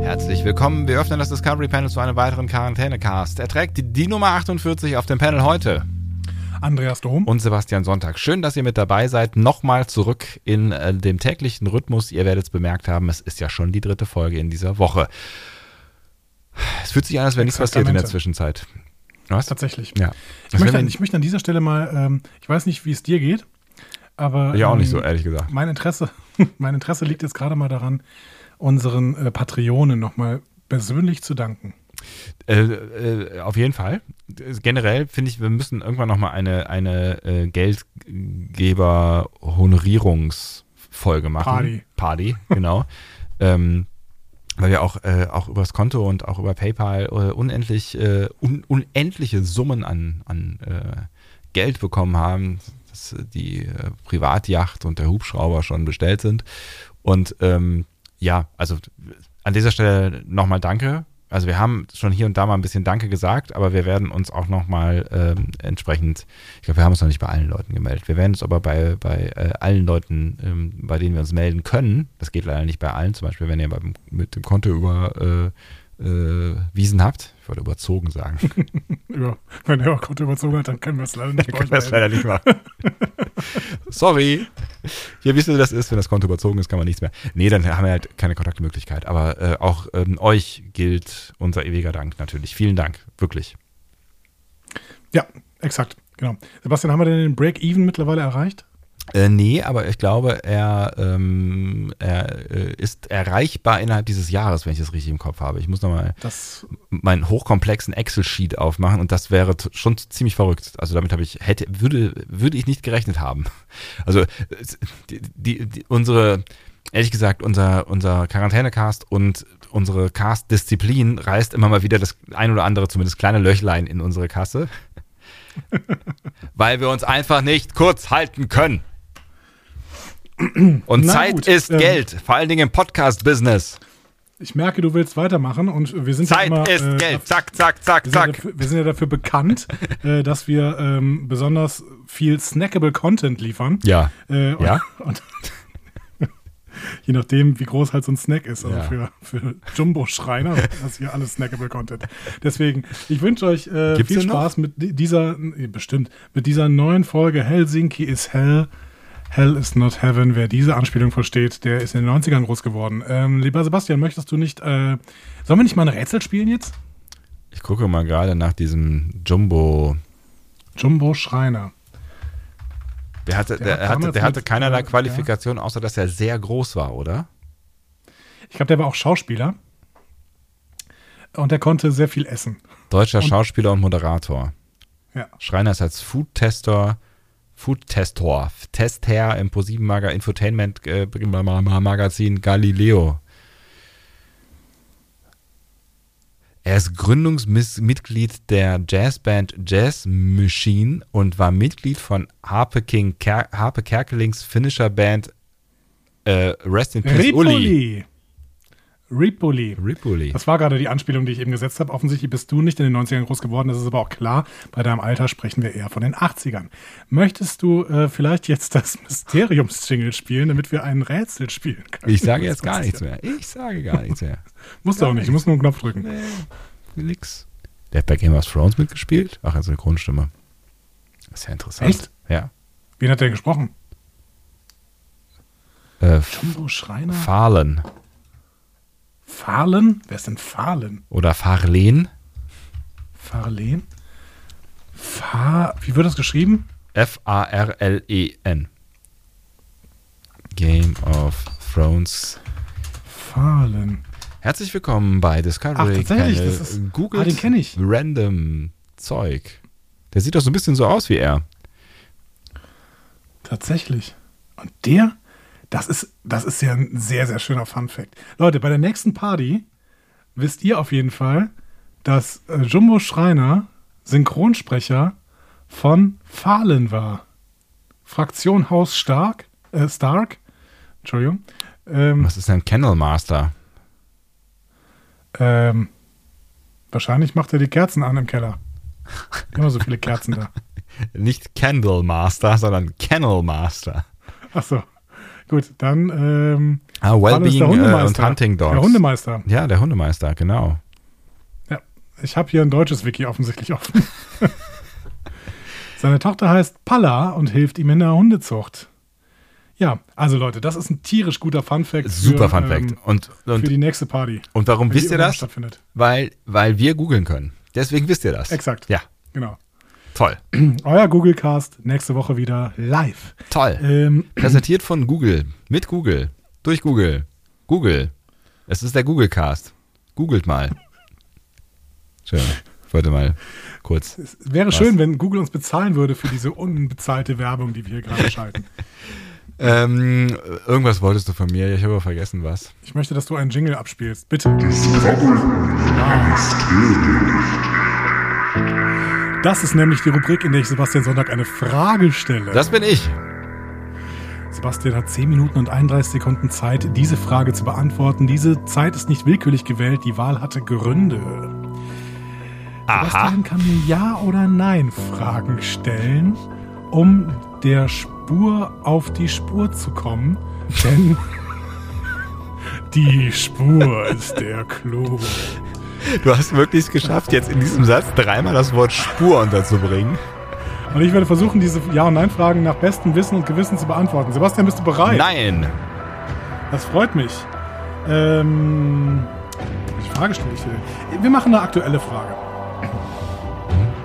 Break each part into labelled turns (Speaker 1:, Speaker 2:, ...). Speaker 1: Herzlich willkommen. Wir öffnen das Discovery Panel zu einem weiteren Quarantäne-Cast. Er trägt die, die Nummer 48 auf dem Panel heute.
Speaker 2: Andreas Dom.
Speaker 1: Und Sebastian Sonntag. Schön, dass ihr mit dabei seid. Nochmal zurück in äh, dem täglichen Rhythmus. Ihr werdet es bemerkt haben, es ist ja schon die dritte Folge in dieser Woche. Es fühlt sich an, als wäre nichts passiert in der
Speaker 2: Exaktamente.
Speaker 1: Zwischenzeit. Was?
Speaker 2: Tatsächlich.
Speaker 1: Ja. Also
Speaker 2: Ich, möchte,
Speaker 1: Wenn-
Speaker 2: ich möchte an dieser Stelle mal, ähm, ich weiß nicht, wie es dir geht, aber.
Speaker 1: ja, auch
Speaker 2: ähm,
Speaker 1: nicht so, äh. ehrlich gesagt.
Speaker 2: Mein Interesse, mein Interesse liegt jetzt gerade mal daran, unseren äh, Patreonen nochmal persönlich zu danken.
Speaker 1: Äh, äh, auf jeden Fall. Generell finde ich, wir müssen irgendwann nochmal eine, eine äh, Geldgeber-Honorierungsfolge machen.
Speaker 2: Party.
Speaker 1: Party, genau. ähm, weil wir auch, äh, auch übers Konto und auch über PayPal äh, unendlich, äh, un unendliche Summen an, an äh, Geld bekommen haben, dass äh, die äh, Privatjacht und der Hubschrauber schon bestellt sind. Und ähm, ja, also an dieser Stelle nochmal Danke. Also wir haben schon hier und da mal ein bisschen Danke gesagt, aber wir werden uns auch nochmal ähm, entsprechend, ich glaube, wir haben uns noch nicht bei allen Leuten gemeldet. Wir werden uns aber bei, bei äh, allen Leuten, ähm, bei denen wir uns melden können, das geht leider nicht bei allen, zum Beispiel, wenn ihr beim, mit dem Konto über äh, äh, Wiesen habt, ich wollte überzogen sagen,
Speaker 2: Über, wenn der Gott überzogen hat, dann können wir es leider nicht bei euch
Speaker 1: können wir das
Speaker 2: melden.
Speaker 1: leider nicht machen. Sorry. Ihr wisst, wie das ist, wenn das Konto überzogen ist, kann man nichts mehr. Nee, dann haben wir halt keine Kontaktmöglichkeit. Aber äh, auch ähm, euch gilt unser ewiger Dank natürlich. Vielen Dank, wirklich.
Speaker 2: Ja, exakt. Genau. Sebastian, haben wir denn den Break-Even mittlerweile erreicht?
Speaker 1: Äh, nee, aber ich glaube, er, ähm, er äh, ist erreichbar innerhalb dieses Jahres, wenn ich das richtig im Kopf habe. Ich muss nochmal
Speaker 2: Das
Speaker 1: meinen hochkomplexen Excel-Sheet aufmachen und das wäre t- schon ziemlich verrückt. Also damit habe ich, hätte, würde, würde ich nicht gerechnet haben. Also es- die, die, die, unsere, ehrlich gesagt, unser, unser Quarantäne-Cast und unsere Cast-Disziplin reißt immer mal wieder das ein oder andere, zumindest kleine Löchlein in unsere Kasse. weil wir uns einfach nicht kurz halten können. Und
Speaker 2: Na
Speaker 1: Zeit
Speaker 2: gut,
Speaker 1: ist
Speaker 2: ähm,
Speaker 1: Geld, vor allen Dingen im Podcast-Business.
Speaker 2: Ich merke, du willst weitermachen und wir sind
Speaker 1: Zeit
Speaker 2: ja immer,
Speaker 1: ist
Speaker 2: äh,
Speaker 1: Geld. Zack, zack, zack,
Speaker 2: Wir sind, ja
Speaker 1: zack.
Speaker 2: dafür, wir sind ja dafür bekannt, äh, dass wir ähm, besonders viel snackable Content liefern.
Speaker 1: Ja.
Speaker 2: Äh, und,
Speaker 1: Ja.
Speaker 2: Und je nachdem, wie groß halt so ein Snack ist. Also
Speaker 1: Ja.
Speaker 2: für, für Jumbo-Schreiner ist hier alles snackable Content. Deswegen, ich wünsche euch äh,
Speaker 1: Gibt's
Speaker 2: viel
Speaker 1: den noch?
Speaker 2: Spaß mit di- dieser, äh, bestimmt, mit dieser neuen Folge Helsinki is Hell. Hell is not heaven. Wer diese Anspielung versteht, der ist in den 90ern groß geworden. Ähm, lieber Sebastian, möchtest du nicht, äh, sollen wir nicht mal ein Rätsel spielen jetzt?
Speaker 1: Ich gucke mal gerade nach diesem Jumbo.
Speaker 2: Jumbo Schreiner.
Speaker 1: Der hatte, der,
Speaker 2: Der kam
Speaker 1: hatte,
Speaker 2: jetzt
Speaker 1: der hatte
Speaker 2: mit,
Speaker 1: keinerlei
Speaker 2: äh, ja.
Speaker 1: Qualifikation, außer dass er sehr groß war, oder?
Speaker 2: Ich glaube, der war auch Schauspieler. Und der konnte sehr viel essen.
Speaker 1: Deutscher Schauspieler und Moderator.
Speaker 2: Ja.
Speaker 1: Schreiner ist als Food-Tester, Food-Testor, Testherr im ProSieben-Mager Infotainment äh, Magazin Galileo. Er ist Gründungsmitglied der Jazzband Jazz Machine und war Mitglied von Harpe, King, Ker Harpe Kerkelings finnischer Band äh, Rest in Peace Uli.
Speaker 2: Ripoli. Ripoli.
Speaker 1: Ripoli.
Speaker 2: Das war gerade die Anspielung, die ich eben gesetzt habe. Offensichtlich bist du nicht in den 90ern groß geworden. Das ist aber auch klar. Bei deinem Alter sprechen wir eher von den 80ern. Möchtest du äh, vielleicht jetzt das Mysteriums-Jingle spielen, damit wir ein Rätsel spielen können?
Speaker 1: Ich sage jetzt gar nichts mehr. Ich sage gar nichts mehr.
Speaker 2: Musst du auch nicht. Du musst nur einen Knopf drücken.
Speaker 1: Nix. Der hat bei Game of Thrones mitgespielt? Ach, also eine Grundstimme. Ist ja interessant.
Speaker 2: Echt?
Speaker 1: Ja.
Speaker 2: Wen hat der gesprochen?
Speaker 1: Äh,
Speaker 2: Jumbo Schreiner?
Speaker 1: Fahlen
Speaker 2: Fahlen? Wer ist denn Fahlen?
Speaker 1: oder Farlen.
Speaker 2: Farlen? Fa Wie wird das geschrieben?
Speaker 1: F-A-R-L-E-N. E Game of Thrones.
Speaker 2: Fahlen.
Speaker 1: Herzlich willkommen bei Discovery.
Speaker 2: Ach, tatsächlich,
Speaker 1: Channel.
Speaker 2: das ist-
Speaker 1: Googelt
Speaker 2: Ah, den kenn ich.
Speaker 1: Random Zeug. Der sieht doch so ein bisschen so aus wie er.
Speaker 2: Tatsächlich. Und der, Das ist, das ist ja ein sehr, sehr schöner Fun-Fact. Leute, bei der nächsten Party wisst ihr auf jeden Fall, dass äh, Jumbo Schreiner Synchronsprecher von Fahlen war. Fraktion Haus Stark, äh, Stark, Entschuldigung. Ähm,
Speaker 1: Was ist denn Kennel Master?
Speaker 2: ähm, wahrscheinlich macht er die Kerzen an im Keller. Immer so viele Kerzen da.
Speaker 1: Nicht Candle Master, sondern Kennel Master.
Speaker 2: Achso. Gut, dann ähm,
Speaker 1: Ah,
Speaker 2: Fahlen ist der
Speaker 1: Wellbeing äh, und
Speaker 2: Hundemeister.
Speaker 1: Hunting Dogs.
Speaker 2: Der Hundemeister.
Speaker 1: ja, der Hundemeister, genau.
Speaker 2: Ich habe hier ein deutsches Wiki offensichtlich offen. Seine Tochter heißt Palla und hilft ihm in der Hundezucht. Ja, also Leute, das ist ein tierisch guter Funfact.
Speaker 1: Super Fun Fact.
Speaker 2: Ähm,
Speaker 1: und,
Speaker 2: für
Speaker 1: und,
Speaker 2: die nächste Party.
Speaker 1: und warum
Speaker 2: wenn
Speaker 1: wisst ihr
Speaker 2: die irgendwann
Speaker 1: das?
Speaker 2: Stattfindet.
Speaker 1: Weil, weil wir googeln können. Deswegen wisst ihr das.
Speaker 2: Exakt.
Speaker 1: Ja,
Speaker 2: Genau.
Speaker 1: toll.
Speaker 2: Euer Googlecast nächste Woche wieder live.
Speaker 1: Toll.
Speaker 2: Ähm,
Speaker 1: Präsentiert von Google. Mit Google. Durch Google. Google. Es ist der Googlecast. Googelt mal. Schön. Ich wollte mal kurz.
Speaker 2: es wäre
Speaker 1: Was?
Speaker 2: schön, wenn Google uns bezahlen würde für diese unbezahlte Werbung, die wir hier gerade schalten.
Speaker 1: Ähm, irgendwas wolltest du von mir. Ich habe aber vergessen, was.
Speaker 2: Ich möchte, dass du einen Jingle abspielst. Bitte. Ah. Das ist nämlich die Rubrik, in der ich Sebastian Sonntag eine Frage stelle.
Speaker 1: Das bin ich.
Speaker 2: Sebastian hat 10 Minuten und 31 Sekunden Zeit, diese Frage zu beantworten. Diese Zeit ist nicht willkürlich gewählt, die Wahl hatte Gründe.
Speaker 1: Aha.
Speaker 2: Sebastian kann mir Ja oder Nein Fragen stellen, um der Spur auf die Spur zu kommen. Denn die Spur ist der Clou.
Speaker 1: Du hast wirklich es geschafft, jetzt in diesem Satz dreimal das Wort Spur unterzubringen.
Speaker 2: Und ich werde versuchen, diese Ja- und Nein-Fragen nach bestem Wissen und Gewissen zu beantworten. Sebastian, bist du bereit?
Speaker 1: Nein.
Speaker 2: Das freut mich. Ähm, welche Frage stelle ich dir denn? Wir machen eine aktuelle Frage.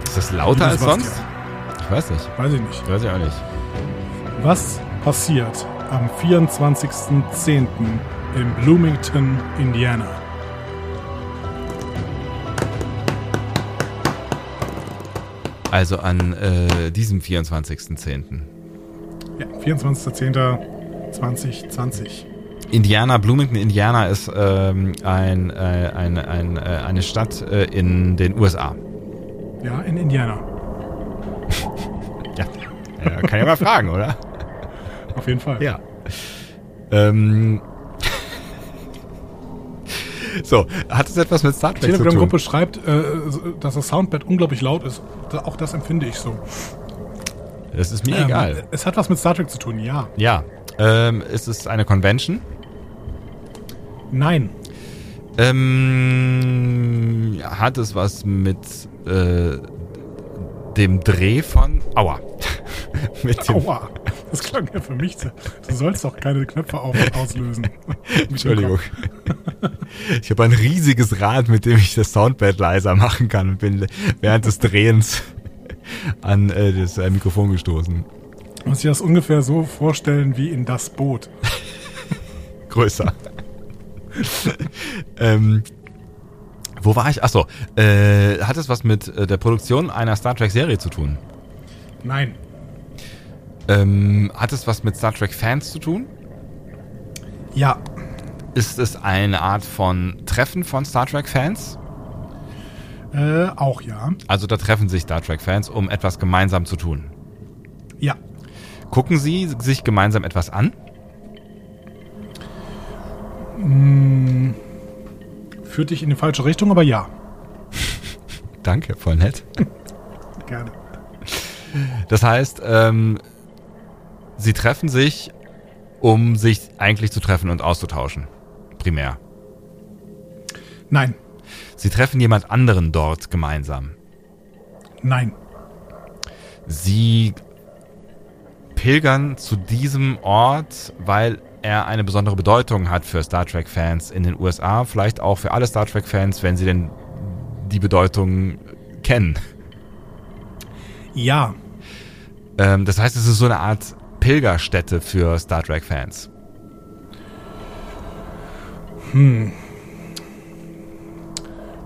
Speaker 1: Ist das lauter als
Speaker 2: Sebastian.
Speaker 1: sonst? Ich weiß nicht.
Speaker 2: Weiß ich nicht.
Speaker 1: Weiß ich auch nicht.
Speaker 2: Was passiert am 24.10. in Bloomington, Indiana?
Speaker 1: Also an äh, diesem 24.10.
Speaker 2: Ja, 24.10.2020.
Speaker 1: Indiana, Bloomington, Indiana ist ähm, ein, äh, ein, ein, äh, eine Stadt äh, in den USA.
Speaker 2: Ja, in Indiana.
Speaker 1: Ja. ja kann ja mal fragen, oder?
Speaker 2: Auf jeden Fall.
Speaker 1: Ja. Ähm. So, hat es etwas mit Star
Speaker 2: Die
Speaker 1: Trek zu tun?
Speaker 2: Telegram-Gruppe schreibt, äh, dass das Soundbed unglaublich laut ist. Da- Auch das empfinde ich so.
Speaker 1: Das ist mir
Speaker 2: Ähm,
Speaker 1: egal.
Speaker 2: es hat was mit Star Trek zu tun, ja.
Speaker 1: Ja. Ähm, ist es eine Convention?
Speaker 2: Nein.
Speaker 1: Ähm, hat es was mit äh, dem Dreh von. Aua. mit dem,
Speaker 2: Aua. Das klang ja für mich so. Du sollst doch keine Knöpfe auf auslösen.
Speaker 1: Entschuldigung. Ich habe ein riesiges Rad, mit dem ich das Soundpad leiser machen kann und bin während des Drehens an äh, das äh, Mikrofon gestoßen.
Speaker 2: Muss ich das ungefähr so vorstellen wie in das Boot.
Speaker 1: Größer. ähm, wo war ich? Achso, äh, hat es was mit äh, der Produktion einer Star Trek-Serie zu tun?
Speaker 2: Nein.
Speaker 1: Ähm, hat es was mit Star Trek-Fans zu tun?
Speaker 2: Ja.
Speaker 1: Ist es eine Art von Treffen von Star Trek-Fans?
Speaker 2: Äh, auch ja.
Speaker 1: Also da treffen sich Star Trek-Fans, um etwas gemeinsam zu tun.
Speaker 2: Ja.
Speaker 1: Gucken Sie sich gemeinsam etwas an?
Speaker 2: Führt dich in die falsche Richtung, aber ja.
Speaker 1: Danke, voll nett.
Speaker 2: Gerne.
Speaker 1: Das heißt, ähm, sie treffen sich, um sich eigentlich zu treffen und auszutauschen. Primär.
Speaker 2: Nein.
Speaker 1: Sie treffen jemand anderen dort gemeinsam.
Speaker 2: Nein.
Speaker 1: Sie pilgern zu diesem Ort, weil er eine besondere Bedeutung hat für Star Trek-Fans in den USA, vielleicht auch für alle Star Trek-Fans, wenn sie denn die Bedeutung kennen.
Speaker 2: Ja.
Speaker 1: Ähm, das heißt, es ist so eine Art Pilgerstätte für Star Trek-Fans.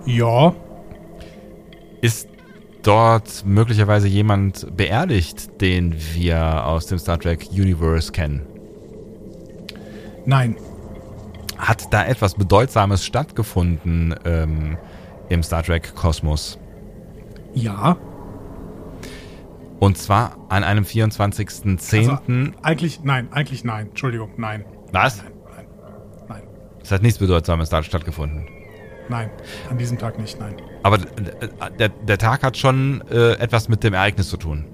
Speaker 2: Ja.
Speaker 1: Ist dort möglicherweise jemand beerdigt, den wir aus dem Star Trek Universe kennen?
Speaker 2: Nein.
Speaker 1: Hat da etwas Bedeutsames stattgefunden ähm, im Star Trek-Kosmos?
Speaker 2: Ja.
Speaker 1: Und zwar an einem 24.10.
Speaker 2: Also, eigentlich nein, eigentlich nein. Entschuldigung, nein.
Speaker 1: Was?
Speaker 2: Nein, nein, nein,
Speaker 1: Es hat nichts Bedeutsames da stattgefunden.
Speaker 2: nein. An diesem Tag nicht, nein.
Speaker 1: Aber äh, der, der Tag hat schon äh, etwas mit dem Ereignis zu tun.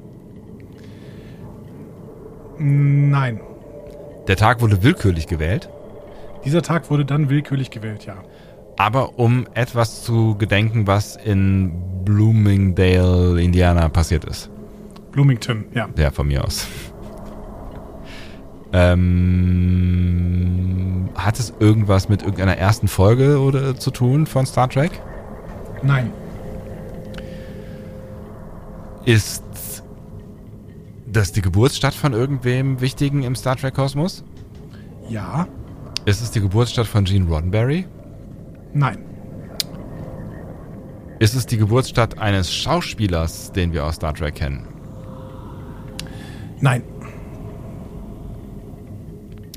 Speaker 2: Nein.
Speaker 1: Der Tag wurde willkürlich gewählt,
Speaker 2: Dieser Tag wurde dann willkürlich gewählt, ja.
Speaker 1: aber um etwas zu gedenken, was in Bloomingdale, Indiana passiert ist.
Speaker 2: Bloomington, ja.
Speaker 1: Ja, von mir aus. Ähm, hat es irgendwas mit irgendeiner ersten Folge oder zu tun von Star Trek?
Speaker 2: Nein.
Speaker 1: Ist das die Geburtsstadt von irgendwem Wichtigen im Star Trek Kosmos?
Speaker 2: Ja.
Speaker 1: Ist es die Geburtsstadt von Gene Roddenberry?
Speaker 2: Nein.
Speaker 1: Ist es die Geburtsstadt eines Schauspielers, den wir aus Star Trek kennen?
Speaker 2: Nein.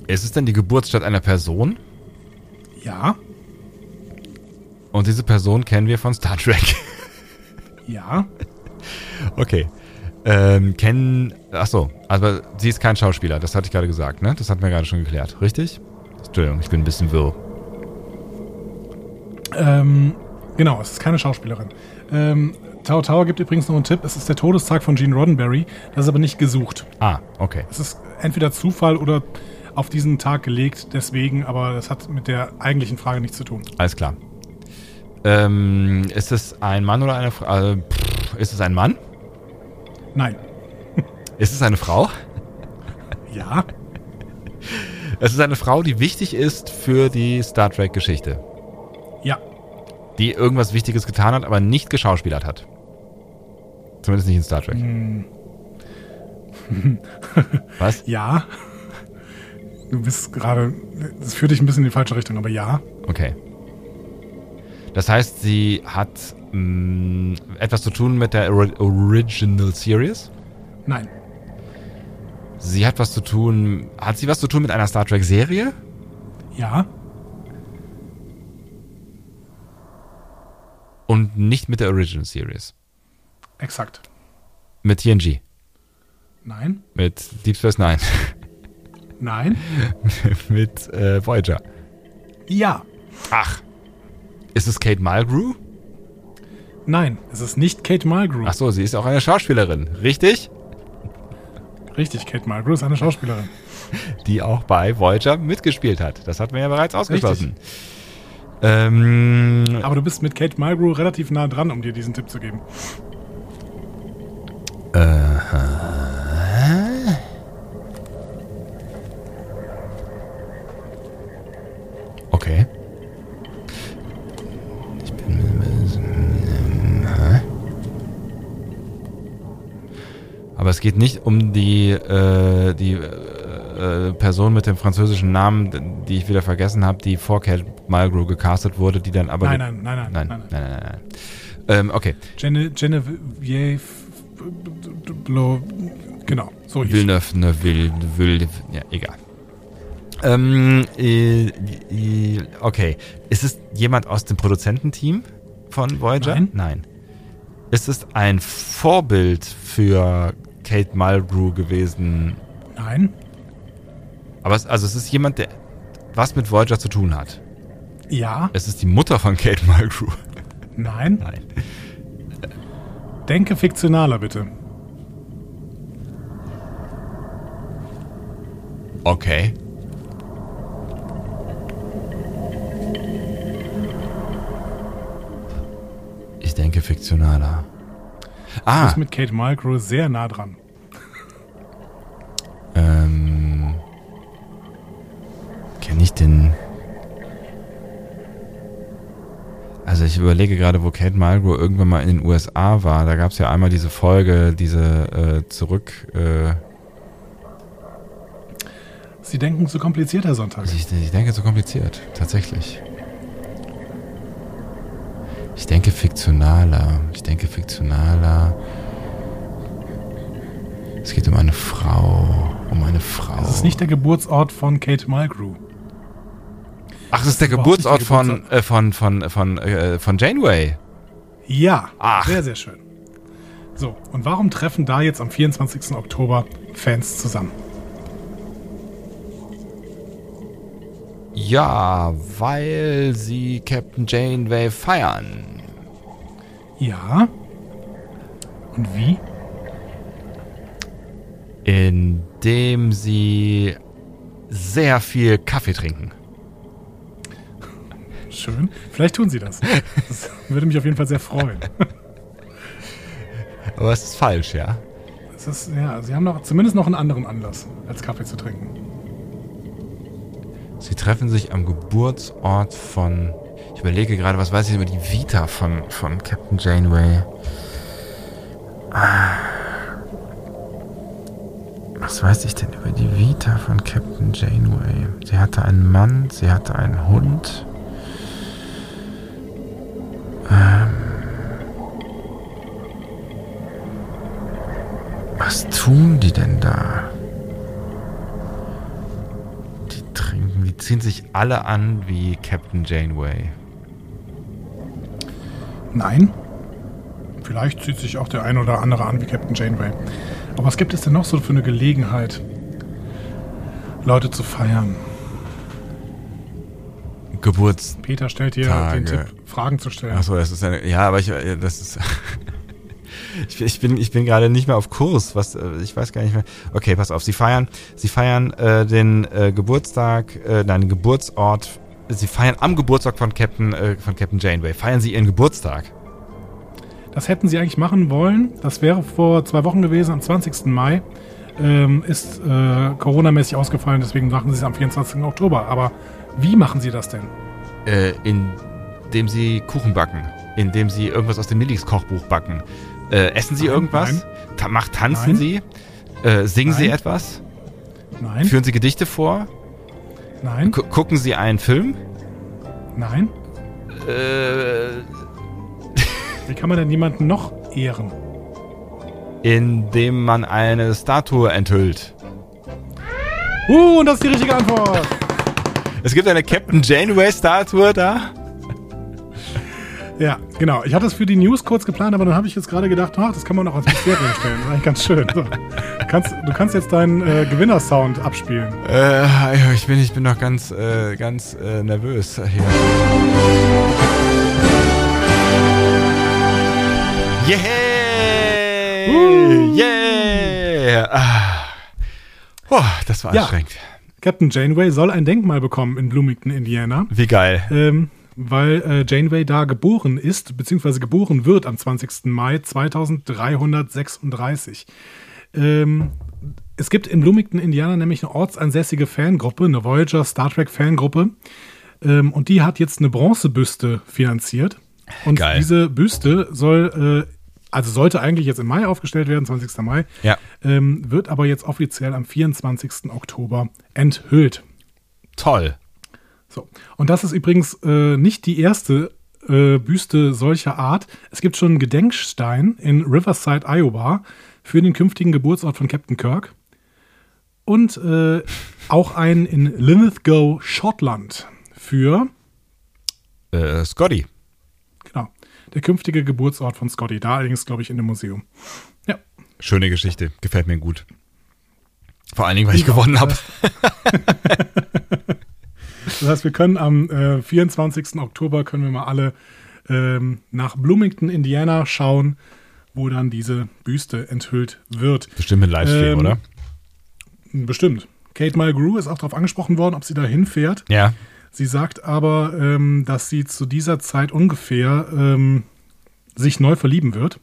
Speaker 1: Ist es denn die Geburtsstadt einer Person?
Speaker 2: Ja.
Speaker 1: Und diese Person kennen wir von Star Trek.
Speaker 2: Ja.
Speaker 1: Okay. Ähm, kennen. Achso, aber sie ist kein Schauspieler, das hatte ich gerade gesagt, ne? Das hatten wir gerade schon geklärt, richtig? Entschuldigung, ich bin ein bisschen wirr.
Speaker 2: Ähm, genau, es ist keine Schauspielerin. Ähm, Tau Tower gibt übrigens noch einen Tipp. Es ist der Todestag von Gene Roddenberry. Das ist aber nicht gesucht.
Speaker 1: Ah, okay.
Speaker 2: Es ist entweder Zufall oder auf diesen Tag gelegt, deswegen, aber das hat mit der eigentlichen Frage nichts zu tun.
Speaker 1: Alles klar. Ähm, ist es ein Mann oder eine Frau? Äh, pff, ist es ein Mann?
Speaker 2: Nein.
Speaker 1: Ist es eine Frau?
Speaker 2: Ja.
Speaker 1: Es ist eine Frau, die wichtig ist für die Star Trek-Geschichte.
Speaker 2: Ja.
Speaker 1: Die irgendwas Wichtiges getan hat, aber nicht geschauspielert hat. Zumindest nicht in Star Trek. Was?
Speaker 2: Ja. Du bist gerade. Das führt dich ein bisschen in die falsche Richtung, aber ja.
Speaker 1: Okay. Das heißt, sie hat mh, etwas zu tun mit der Ori- Original Series.
Speaker 2: Nein.
Speaker 1: Sie hat was zu tun. Hat sie was zu tun mit einer Star Trek-Serie?
Speaker 2: Ja.
Speaker 1: Und nicht mit der Original Series.
Speaker 2: Exakt.
Speaker 1: Mit TNG.
Speaker 2: Nein.
Speaker 1: Mit Deep Space Nine.
Speaker 2: Nein.
Speaker 1: mit äh, Voyager.
Speaker 2: Ja.
Speaker 1: Ach. Ist es Kate Mulgrew?
Speaker 2: Nein. Es ist nicht Kate Mulgrew.
Speaker 1: Ach so, sie ist auch eine Schauspielerin, richtig?
Speaker 2: Richtig, Kate Mulgrew ist eine Schauspielerin.
Speaker 1: Die auch bei Voyager mitgespielt hat. Das hatten wir ja bereits ausgeschlossen. Ähm,
Speaker 2: Aber du bist mit Kate Mulgrew relativ nah dran, um dir diesen Tipp zu geben.
Speaker 1: okay. Aber es geht nicht um die, äh, die äh, Person mit dem französischen Namen, die ich wieder vergessen habe, die vor Kate Mulgrew gecastet wurde, die dann aber...
Speaker 2: Nein, nein, nein, nein,
Speaker 1: Nein, nein, nein, nein. nein. Ähm, okay.
Speaker 2: Gene, Genevieve Blo, genau, so hieß sie.
Speaker 1: Villeneuve, ne, Vill, Vill, ja, egal. Ähm, äh, äh, okay. Ist es jemand aus dem Produzententeam von Voyager?
Speaker 2: Nein.
Speaker 1: Ist es ein Vorbild für Kate Mulgrew gewesen?
Speaker 2: Nein,
Speaker 1: Aber es, also es ist jemand, der was mit Voyager zu tun hat.
Speaker 2: ja,
Speaker 1: Es ist die Mutter von Kate Mulgrew.
Speaker 2: nein.
Speaker 1: Nein.
Speaker 2: Denke fiktionaler, bitte.
Speaker 1: Okay. Ich denke fiktionaler. Ah,
Speaker 2: Ist mit Kate Mulgrew sehr nah dran.
Speaker 1: ähm, kenne ich den? Also ich überlege gerade, wo Kate Mulgrew irgendwann mal in den USA war. Da gab es ja einmal diese Folge, diese äh, zurück. Äh,
Speaker 2: Sie denken zu kompliziert, Herr Sonntag.
Speaker 1: Also ich, ich denke, zu kompliziert, tatsächlich. Ich denke fiktionaler. Ich denke fiktionaler. Es geht um eine Frau. Um eine Frau.
Speaker 2: Es ist nicht der Geburtsort von Kate Mulgrew.
Speaker 1: Ach, das ist der
Speaker 2: Überhaupt nicht der
Speaker 1: Geburtsort von, äh, von, von, von, äh, von Janeway.
Speaker 2: Ja,
Speaker 1: Ach.
Speaker 2: sehr, sehr schön. So, und warum treffen da jetzt am 24. Oktober Fans zusammen?
Speaker 1: Ja, weil sie Captain Janeway feiern.
Speaker 2: Ja. Und wie?
Speaker 1: Indem sie sehr viel Kaffee trinken.
Speaker 2: Schön. Vielleicht tun sie das. Das würde mich auf jeden Fall sehr freuen.
Speaker 1: Aber es ist falsch, ja?
Speaker 2: Es ist, ja, sie haben noch, zumindest noch einen anderen Anlass, als Kaffee zu trinken.
Speaker 1: Sie treffen sich am Geburtsort von. Ich überlege gerade, was weiß ich über die Vita von, von Captain Janeway. Ah. Was weiß ich denn über die Vita von Captain Janeway? Sie hatte einen Mann, sie hatte einen Hund. Ähm. Was tun die denn da? Die trinken, die ziehen sich alle an wie Captain Janeway.
Speaker 2: Nein. Vielleicht zieht sich auch der ein oder andere an wie Captain Janeway. Aber was gibt es denn noch so für eine Gelegenheit, Leute zu feiern?
Speaker 1: Geburts.
Speaker 2: Peter stellt dir
Speaker 1: Tage. Also-
Speaker 2: den Tipp, Fragen zu stellen.
Speaker 1: Achso, das ist eine. Ja, aber ich. äh, Das ist. Ich bin, ich bin, ich bin gerade nicht mehr auf Kurs. Was, äh, ich weiß gar nicht mehr. Okay, pass auf. Sie feiern, sie feiern äh, den äh, Geburtstag, äh, nein, den Geburtsort. Sie feiern am Geburtstag von Captain, äh, von Captain Janeway. Feiern sie ihren Geburtstag.
Speaker 2: Das hätten sie eigentlich machen wollen. Das wäre vor zwei Wochen gewesen, am 20. Mai. Ähm, ist äh, Corona-mäßig ausgefallen, deswegen machen sie es am 24. Oktober. Aber wie machen sie das denn?
Speaker 1: Äh, indem sie Kuchen backen. Indem sie irgendwas aus dem Millis Kochbuch backen. Äh, essen sie
Speaker 2: Nein,
Speaker 1: irgendwas?
Speaker 2: nein.
Speaker 1: Ta macht, tanzen
Speaker 2: Nein.
Speaker 1: sie? Äh, singen sie
Speaker 2: Nein.
Speaker 1: etwas?
Speaker 2: Nein,
Speaker 1: Führen sie Gedichte vor?
Speaker 2: nein,
Speaker 1: Gu- gucken sie einen Film?
Speaker 2: nein.
Speaker 1: Äh,
Speaker 2: Wie kann man denn jemanden noch ehren?
Speaker 1: indem man eine Statue enthüllt.
Speaker 2: Uh, und das ist die richtige Antwort.
Speaker 1: Es gibt eine Captain Janeway-Statue da.
Speaker 2: Ja, genau. Ich hatte es für die News kurz geplant, aber dann habe ich jetzt gerade gedacht, ach, das kann man auch als Mysterium stellen. Das ist eigentlich ganz schön. So. Du, kannst, du kannst jetzt deinen äh, Gewinner-Sound abspielen.
Speaker 1: Äh, ich bin, ich bin noch ganz, äh, ganz äh, nervös hier. Yeah! Yeah! Ah. Oh, das war
Speaker 2: Ja.
Speaker 1: anstrengend.
Speaker 2: Captain Janeway soll ein Denkmal bekommen in Bloomington, Indiana.
Speaker 1: Wie geil.
Speaker 2: Ähm, weil äh, Janeway da geboren ist, beziehungsweise geboren wird am 20. Mai 2336. Ähm, es gibt in Bloomington, Indiana, nämlich eine ortsansässige Fangruppe, eine Voyager Star Trek Fangruppe. Ähm, und die hat jetzt eine Bronzebüste finanziert. Und
Speaker 1: Geil.
Speaker 2: diese Büste soll, äh, also sollte eigentlich jetzt im Mai aufgestellt werden, 20. Mai,
Speaker 1: Ja.
Speaker 2: ähm, wird aber jetzt offiziell am 24. Oktober enthüllt.
Speaker 1: Toll.
Speaker 2: So. Und das ist übrigens äh, nicht die erste äh, Büste solcher Art. Es gibt schon einen Gedenkstein in Riverside, Iowa, für den künftigen Geburtsort von Captain Kirk. Und äh, auch einen in Linlithgow, Schottland, für,
Speaker 1: Äh, Scotty.
Speaker 2: genau, der künftige Geburtsort von Scotty. Da allerdings, glaube ich, in dem Museum. Ja.
Speaker 1: Schöne Geschichte. Gefällt mir gut. Vor allen Dingen, weil ich gewonnen habe.
Speaker 2: Das heißt, wir können am äh, 24. Oktober können wir mal alle ähm, nach Bloomington, Indiana schauen, wo dann diese Büste enthüllt wird.
Speaker 1: Bestimmt mit Livestream,
Speaker 2: Ähm,
Speaker 1: oder?
Speaker 2: Bestimmt. Kate Mulgrew ist auch darauf angesprochen worden, ob sie da hinfährt.
Speaker 1: Ja.
Speaker 2: Sie sagt aber, ähm, dass sie zu dieser Zeit ungefähr ähm, sich neu verlieben wird.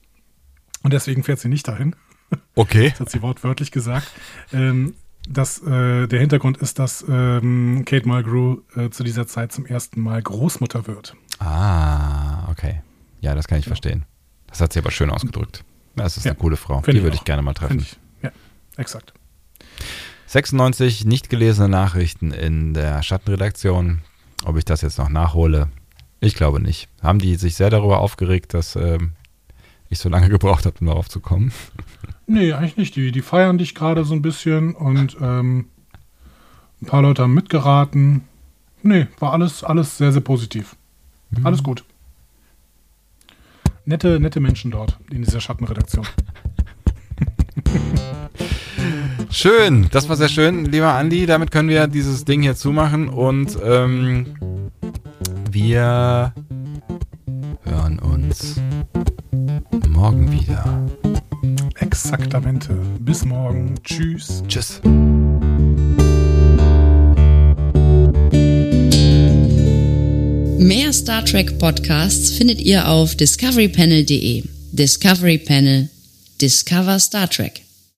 Speaker 2: Und deswegen fährt sie nicht dahin.
Speaker 1: Okay.
Speaker 2: Das hat sie wortwörtlich gesagt. Ähm, dass, äh, der Hintergrund ist, dass ähm, Kate Mulgrew äh, zu dieser Zeit zum ersten Mal Großmutter wird.
Speaker 1: Ah, okay. Ja, das kann ich verstehen. Das hat sie aber schön ausgedrückt. Ja, es ist
Speaker 2: Ja,
Speaker 1: eine coole Frau.
Speaker 2: find
Speaker 1: Die
Speaker 2: ich
Speaker 1: würde
Speaker 2: auch.
Speaker 1: ich gerne mal
Speaker 2: Finde
Speaker 1: treffen.
Speaker 2: ich. Ja, exakt.
Speaker 1: 96 nicht gelesene Nachrichten in der Schattenredaktion. Ob ich das jetzt noch nachhole? Ich glaube nicht. Haben die sich sehr darüber aufgeregt, dass ähm, ich so lange gebraucht habe, um darauf zu kommen?
Speaker 2: Nee, eigentlich nicht. Die, die feiern dich gerade so ein bisschen und ähm, ein paar Leute haben mitgeraten. Nee, war alles, alles sehr, sehr positiv. Alles gut. Nette, nette Menschen dort in dieser Schattenredaktion.
Speaker 1: Schön, das war sehr schön, lieber Andi. Damit können wir dieses Ding hier zumachen und ähm, wir hören uns morgen wieder.
Speaker 2: Exaktamente. Bis morgen. Tschüss.
Speaker 1: Tschüss.
Speaker 3: Mehr Star Trek Podcasts findet ihr auf discoverypanel.de. Discovery Panel. Discover Star Trek.